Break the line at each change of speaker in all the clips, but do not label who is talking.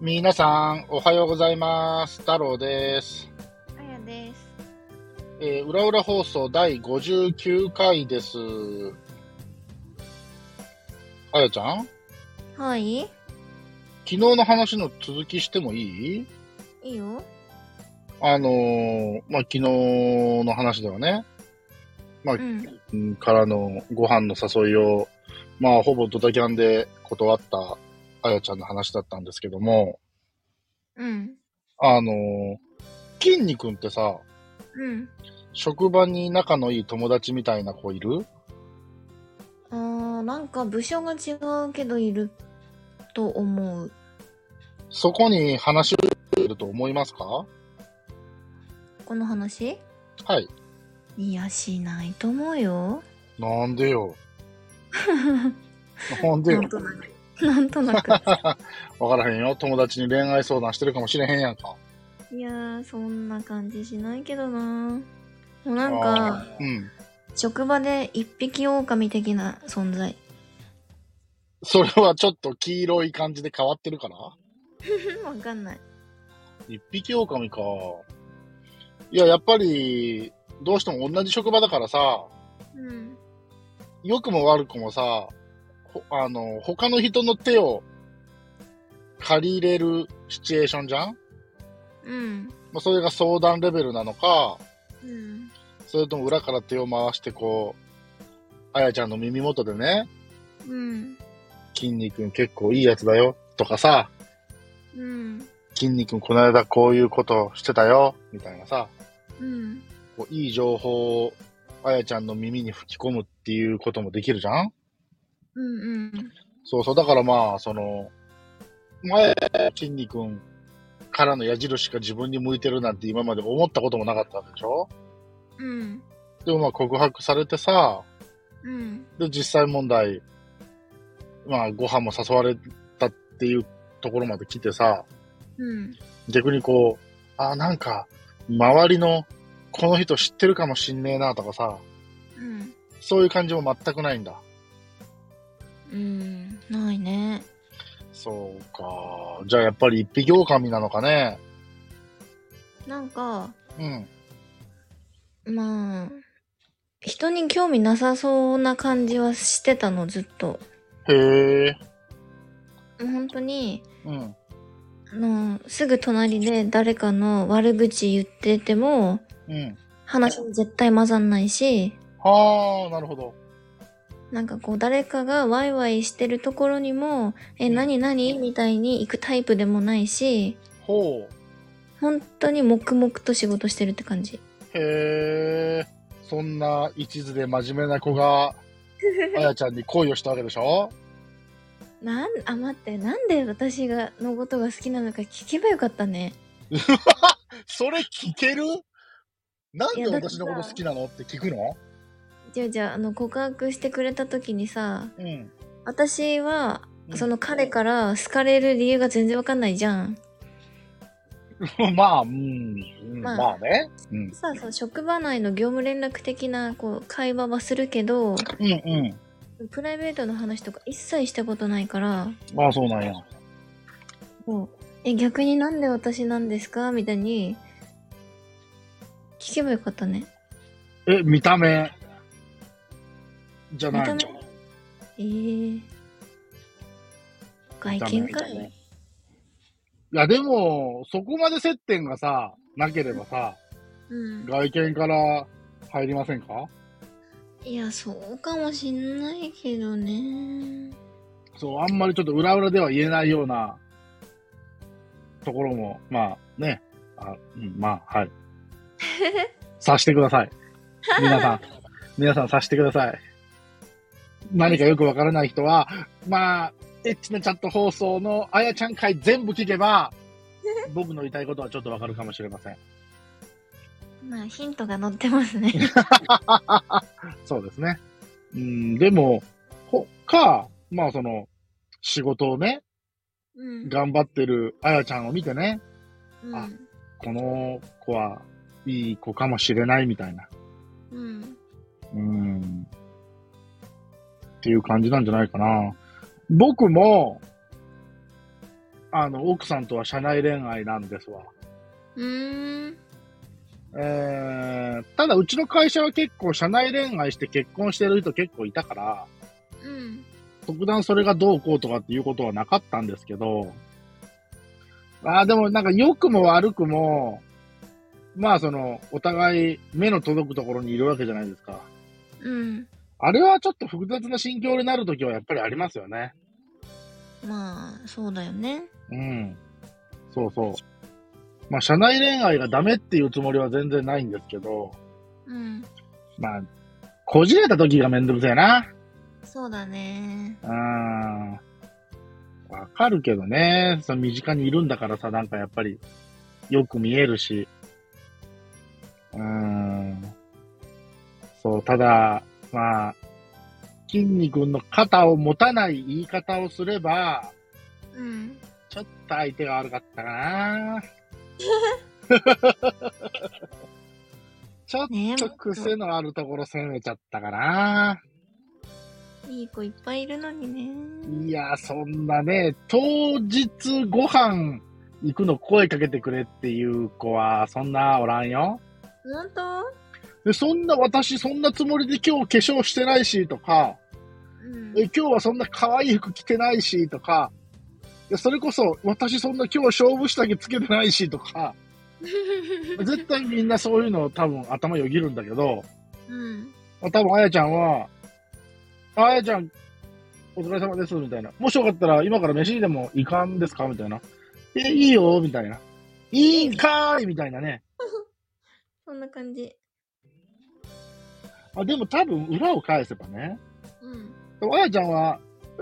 皆さん、おはようございます。太郎です。
あやです。
えー、裏裏放送第59回です。あやちゃん、昨
はい。い
日の話の続きしてもいい
いよ。
あのーまあ、昨日の話ではね、
うん。
うんからのご飯の誘いを、まあ、ほぼドタキャンで断ったあやちゃんの話だったんですけども、
うん。
あのー、筋肉ってさ、
うん。
職場に仲のいい友達みたいな子いる
あー、なんか部署が違うけどいると思う。
そこに話をしてると思いますかは
この話
い。
いや、しないと思うよ。
なんで よ。なんでよ
なん。となく。なんと なく。
わからへんよ。友達に恋愛相談してるかもしれへんやんか。
いやー、そんな感じしないけどなもうなん
あ
か、
ーうん。
職場で一匹狼的な存在。
それはちょっと黄色い感じで変わってるから
わかんない。
一匹狼か。いや、やっぱり、どうしても同じ職場だからさ、
うん。
良くも悪くもさ、ほあの、他の人の手を借り入れるシチュエーションじゃん
うん。
まあそれが相談レベルなのか、
うん。
それとも裏から手を回してこう、あやちゃんの耳元でね、
うん。
筋肉結構いいやつだよ、とかさ、
うん。
筋肉この間こういうことしてたよ、みたいなさ、
うん。
こういい情報をあやちゃんの耳に吹き込むっていうこともできるじゃん
うん。うん。
そうそう、だからまあ、その、前、筋肉からの矢印が自分に向いてるなんて今まで思ったこともなかったわけでしょ
うん。
でもまあ告白されてさ、
うん。
で、実際問題、まあ、ご飯も誘われたっていうところまで来てさ、
うん。
逆にこう、あ、なんか、周りの、この人知ってるかもしんねえなとかさ、
うん。
そういう感じも全くないんだ。
うん。ないね。
そうか。じゃあやっぱり一匹狼なのかね。
なんか、
うん。
まあ、人に興味なさそうな感じはしてたの、ずっと。
へえ。
もう本当に、
うん。
あの、すぐ隣で誰かの悪口言ってても、
うん。
話に絶対混ざんないし、
はあ、なるほど。
なんかこう誰かがワイワイしてるところにも、え、何何みたいに行くタイプでもないし、
ほ
本当に黙々と仕事してるって感じ。
う。へえ。そんな一途で真面目な子が、あやちゃんに恋をしたわけでしょ
なんあ待ってなんで私がのことが好きなのか聞けばよかったね
それ聞けるなん
い
で
やだって
私
さ
のこと好きなのって聞くの
じゃあじゃああの告白してくれた時にさ
うん。
私は
うん
その彼から好かれる理由が全然わかんないじゃん、
まあ、うん。うん
まあ
まあね。うん。
さあさ職場内の業務連絡的なこう会話はするけど
うんう
プライベートの話とか一切したことないから
ん。ああ、そうなんや。
もうえ逆になんで私なんですかみたいに聞けばよかったね
え、見た目じゃないの
見たええー、外見か
見た目
い
いや、でも、そこまで接点がさ、なければさ、
うん
外見から入りませんか
いや、そうかもしんないけどね。
そう、あんまりちょっと裏裏では言えないようなところも、まあね、あうん、まあ、はい。察してください。皆さん、皆さん察してください。何かよくわからない人は、まあ、エッチなチャット放送のあやちゃん会全部聞けば、僕の言いたいことはちょっとわかるかもしれません。
まあ、ヒントが載ってますね。
そうですね。うん、でも、ほか、まあその、仕事をね、
うん。
頑張ってるあやちゃんを見てね、
うん
あこの子はいい子かもしれないみたいな。
うん。
うん。っていう感じなんじゃないかな。僕も、あの、奥さんとは社内恋愛なんですわ。
うーん。
えー、ただうちの会社は結構社内恋愛して結婚してる人結構いたから、
うん。
特段それがどうこうとかっていうことはなかったんですけど、ああ、でもなんか良くも悪くも、まあその、お互い目の届くところにいるわけじゃないですか。
うん。
あれはちょっと複雑な心境になるときはやっぱりありますよね。
まあ、そうだよね。
うん。そうそう。まあ社内恋愛がダメっていうつもりは全然ないんですけど、
うん。
まあ、こじれたときがめんどくせえな。
そうだね。
うーんわかるけどね。その身近にいるんだからさ、なんかやっぱり、よく見えるし。うーん。そう、ただ、まあ、筋肉の肩を持たない言い方をすれば、
うん。
ちょっと相手が悪かったかな。ちょっ
ねえ、
と
もっ
癖のあるところ攻めちゃったかな。
といい子いっぱいいるのにね。
いや、そんなね、当日ご飯行くの声かけてくれっていう子は、そんなおらんよ。
本当
で、そんな私そんなつもりで今日化粧してないしとか、
うん。
え今日はそんな可愛い服着てないしとか、でそれこそ私そんな今日勝負下着つけてないしとか、絶対みんなそういうのを多分頭よぎるんだけど、
うん。
まあ、多分あやちゃんは、ああやちゃん、お疲れ様です、みたいな。もしよかったら、今から飯でも行かんですかみたいな。え、いいよ、みたいな。いいんかーいみたいなね。
そんな感じ。
あでも多分、裏を返せばね。
うん。
でもあやちゃんは、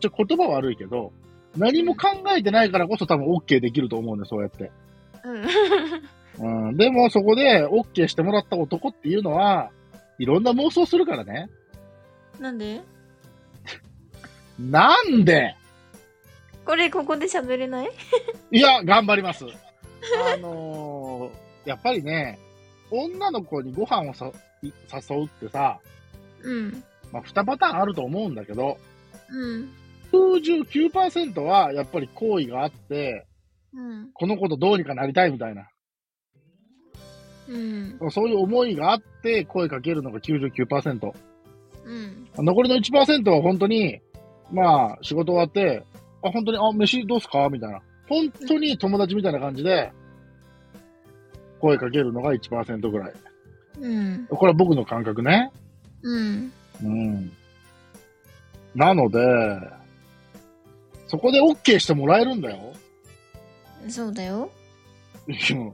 ちょ、言葉悪いけど、何も考えてないからこそ多分 OK できると思うんだよ、そうやって。
うん。
うん。でも、そこで OK してもらった男っていうのは、いろんな妄想するからね。
なんで
なんで
これここで喋れない
いや、頑張ります。 あのーやっぱりね、女の子にご飯をさい誘うってさ、
うん。
まあ、2パターンあると思うんだけど、
うん。
99%はやっぱり好意があって、
うん。
この子とどうにかなりたいみたいな、
うん。
そういう思いがあって声かけるのが99%。
うん。
残りの1%は本当に、まあ、仕事終わって、あ、本当に、あ、飯どうすかみたいな。本当に友達みたいな感じで、声かけるのが1%ぐらい。
うん。
これは僕の感覚ね。
うん。
うん。なので、そこで OK してもらえるんだよ。
そうだよ。
でも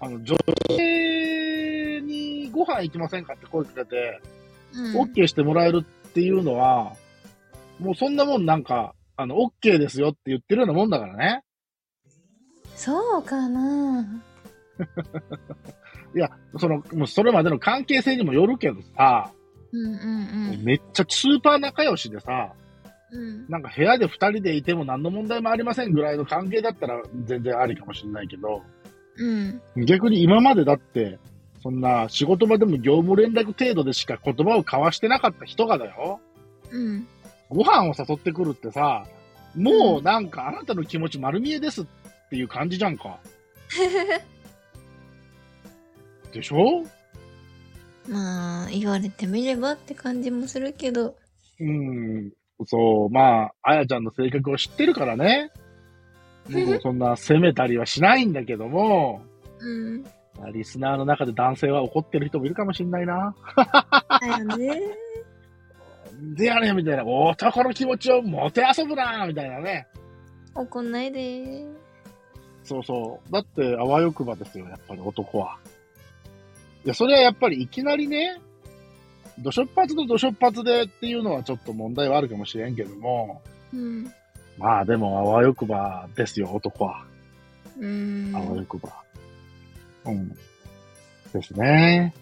あの、女性にご飯行きませんかって声かけて、
うん。
OK してもらえるっていうのは、もうそんなもんなんか、あの、OK ですよって言ってるようなもんだからね。
そうかな。
その、もうそれまでの関係性にもよるけどさ、
うんうん
めっちゃスーパー仲良しでさ、
うん。うん。
なんか部屋で二人でいても何の問題もありませんぐらいの関係だったら全然ありかもしれないけど、
うん。
逆に今までだって、そんな仕事場でも業務連絡程度でしか言葉を交わしてなかった人がだよ、
うん。
ご飯を誘ってくるってさ、もうなんかあなたの気持ち丸見えですっていう感じじゃんか。でしょ
まあ、言われてみればって感じもするけど。
うん。そう、まあ、あやちゃんの性格を知ってるからね。僕もそんな責めたりはしないんだけども、
うん。
まあリスナーの中で男性は怒ってる人もいるかもしんないな。
だよね。
でやねんみたいな、男の気持ちをもてあそぶなみたいなね。
怒んないで。
そうそう。だって、あわよくばですよ、やっぱり男は。いや、それはやっぱりいきなりね、どしょっぱつとどしょっぱつでっていうのはちょっと問題はあるかもしれんけども、
うん。
まあでも、あわよくばですよ、男は。
うん
あ。わよくば。うん。ですね。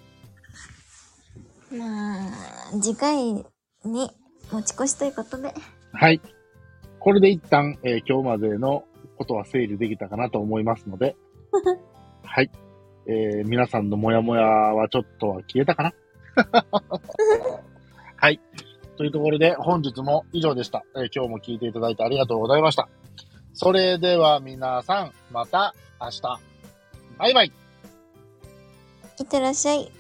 まあ、次回に持ち越しということで。
はい。これで一旦、えー今日までのことは整理できたかなと思いますので、はい。えー皆さんのモヤモヤはちょっとは消えたかなはい。というところで本日も以上でした、えー今日も聞いていただいてありがとうございました。それでは皆さん、また明日。バイバイ
いってらっしゃい。